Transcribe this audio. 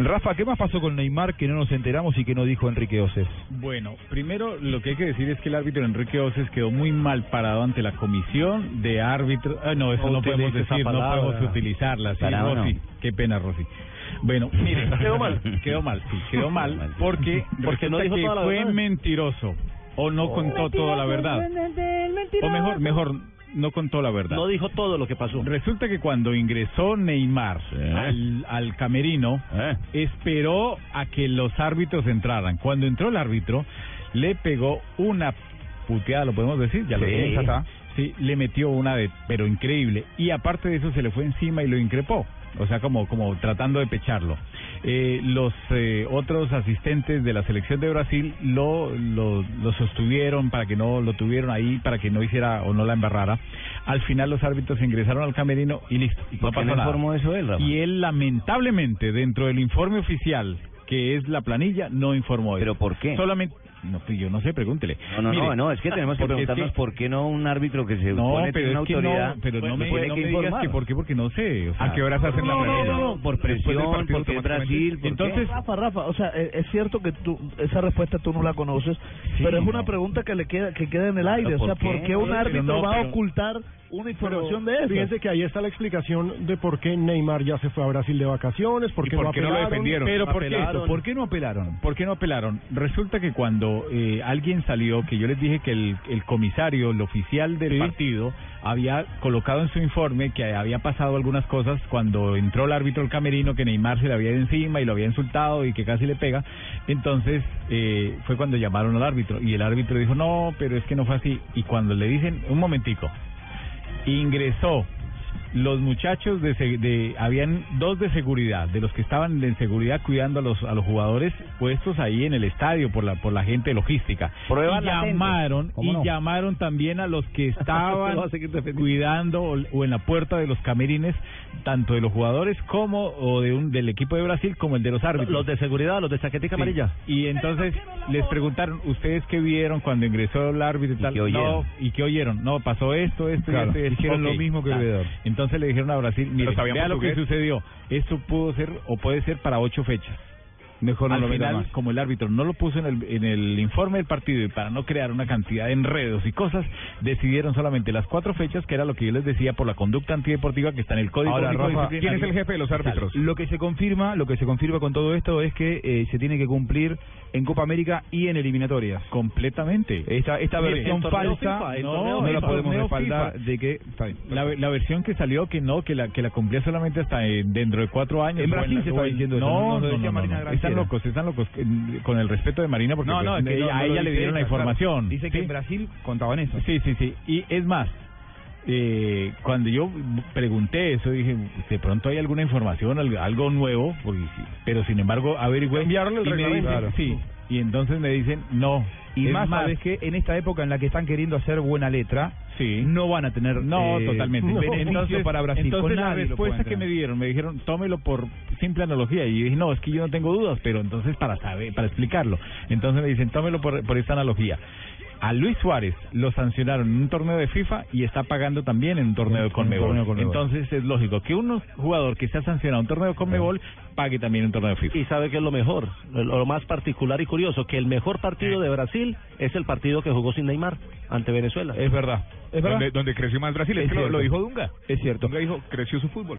Rafa, ¿qué más pasó con Neymar que no nos enteramos y que no dijo Enrique Oces? Bueno, primero lo que hay que decir es que el árbitro Enrique Oces quedó muy mal parado ante la comisión de árbitros. Ah, no, eso No no, podemos utilice Oh, esa decir, no palabra. podemos utilizarla. Sí, Palabra Rosy, no. qué pena, Rosy. Bueno, mire, quedó mal, quedó mal, sí, quedó mal, porque, porque no dijo que toda la fue verdad. mentiroso o no contó toda la verdad. O mejor, mejor, no contó la verdad. No dijo todo lo que pasó. Resulta que cuando ingresó Neymar al, al camerino, Eh. esperó a que los árbitros entraran. Cuando entró el árbitro, le pegó una puteada, lo podemos decir, ya lo Sí. tienes acá. Sí, le metió una de, pero increíble. Y aparte de eso, se le fue encima y lo increpó. O sea, como, como tratando de pecharlo. Eh, los eh, otros asistentes de la selección de Brasil lo, lo, lo sostuvieron para que no lo tuvieron ahí, para que no hiciera o no la embarrara. Al final los árbitros ingresaron al camerino y listo. Y no pasó nada. eso él, Y él lamentablemente dentro del informe oficial que es la planilla no informó ¿Pero eso. por qué? Solamente no, pues yo no sé, pregúntele. No, no, Mire, no, no, es que tenemos que porque es preguntarnos por qué no un árbitro que se no, supone que pero es una es que autoridad pues, no, pero no me, tiene no que me digas informar. que por qué, porque no sé. O sea, ¿A qué horas hacen la reunión? Por Después del presión, partido porque es automáticamente. Brasil, ¿por Entonces, Rafa, Rafa, o sea, eh, es cierto que tú, esa respuesta tú no la conoces, Sí, pero es una no. pregunta que le queda que queda en el aire. Pero o sea, ¿por ¿por qué? qué, un Pero árbitro no, va a pero- ocultar una información de eso? Fíjense que ahí está la explicación de por qué Neymar ya se fue a Brasil de vacaciones, por ¿Y qué, por no, qué no lo apelaron. defendieron? Pero ¿por qué, Apelaron. esto? ¿por qué no apelaron? ¿Por qué no apelaron? Resulta que cuando eh, alguien salió, que yo les dije que el, el comisario, el oficial del partido, había colocado en su informe que había pasado algunas cosas cuando entró el árbitro el camerino, que Neymar se le había ido encima y lo había insultado y que casi le pega. Entonces eh, fue cuando llamaron al árbitro y el árbitro dijo, no, pero es que no fue así. Y cuando le dicen, un momentico, ingresó los muchachos de, se- de- habían dos de seguridad de los que estaban de seguridad cuidando a los a los jugadores puestos ahí en el estadio por la por la gente de logística Prueba y latente. llamaron ¿Cómo y no? llamaron también a los que estaban cuidando o, o en la puerta de los camerines tanto de los jugadores como o de un del equipo de Brasil como el de los árbitros Los de seguridad, los de chaquetica amarilla. Sí. Y entonces les preguntaron, ¿ustedes qué vieron cuando ingresó el árbitro y tal? qué oyeron? No, ¿y qué oyeron? No, pasó esto, esto Claro, y esto. hicieron lo mismo que el veedor. veedor. Entonces le dijeron a Brasil, mire, sabían vea lo que portugués. sucedió. Esto pudo ser o puede ser para ocho fechas. Mejor no Al lo metan final, más. como el árbitro no lo puso en el, en el informe del partido y para no crear una cantidad de enredos y cosas, decidieron solamente las cuatro fechas, que era lo que yo les decía por la conducta antideportiva que está en el código. Ahora, Único Rafa, Disciplinario. ¿quién es el jefe de los árbitros? Tal. Lo que se confirma, lo que se confirma con todo esto es que eh, se tiene que cumplir en Copa América y en eliminatorias. Completamente. Esta, esta Mire, versión el torneo falsa FIFA, el torneo no, no la FIFA, podemos torneo respaldar FIFA. de que está bien. La, ve- la versión que salió que no, que la que la cumplía solamente hasta eh, dentro de cuatro años. En O Brasil la- se está o en- diciendo eso, no No, lo no, no, decía no, Marina no. Granciera. Están locos, están locos. eh, Con el respeto de Marina, porque pues, eh, ella- a ella le dieron la información. ¿sí? Brasil contaban eso. Sí, sí, sí. Y es más, eh, cuando yo pregunté eso, dije, de pronto hay alguna información, al- algo nuevo, porque sí. pero sin embargo, averigüé. Cambiaron el y me reglamento. dicen, Sí, y entonces me dicen, no. Y es más, sabes que en esta época en la que están queriendo hacer buena letra, Sí. no van a tener No, eh, totalmente. beneficio para Brasil. Entonces Con la nadie lo respuesta pueden que me tener. dieron, me dijeron, tómelo por simple analogía. Y yo dije, no, es que yo no tengo dudas, pero entonces para saber, para explicarlo. Entonces me dicen, tómelo por, por esta analogía. A Luis Suárez lo sancionaron en un torneo de FIFA y está pagando también en un torneo de En un torneo Conmebol. de Conmebol. Entonces es lógico que un jugador que sea sancionado en un torneo de Conmebol pague también en un torneo de FIFA. y sabe que es lo mejor, lo- lo más particular y curioso, que el mejor partido de Brasil es el partido que jugó sin Neymar ante Venezuela. Es verdad. Es verdad. donde, donde creció más Brasil. Es Es que lo, cierto. lo dijo Dunga. Es cierto. Dunga dijo, creció su fútbol.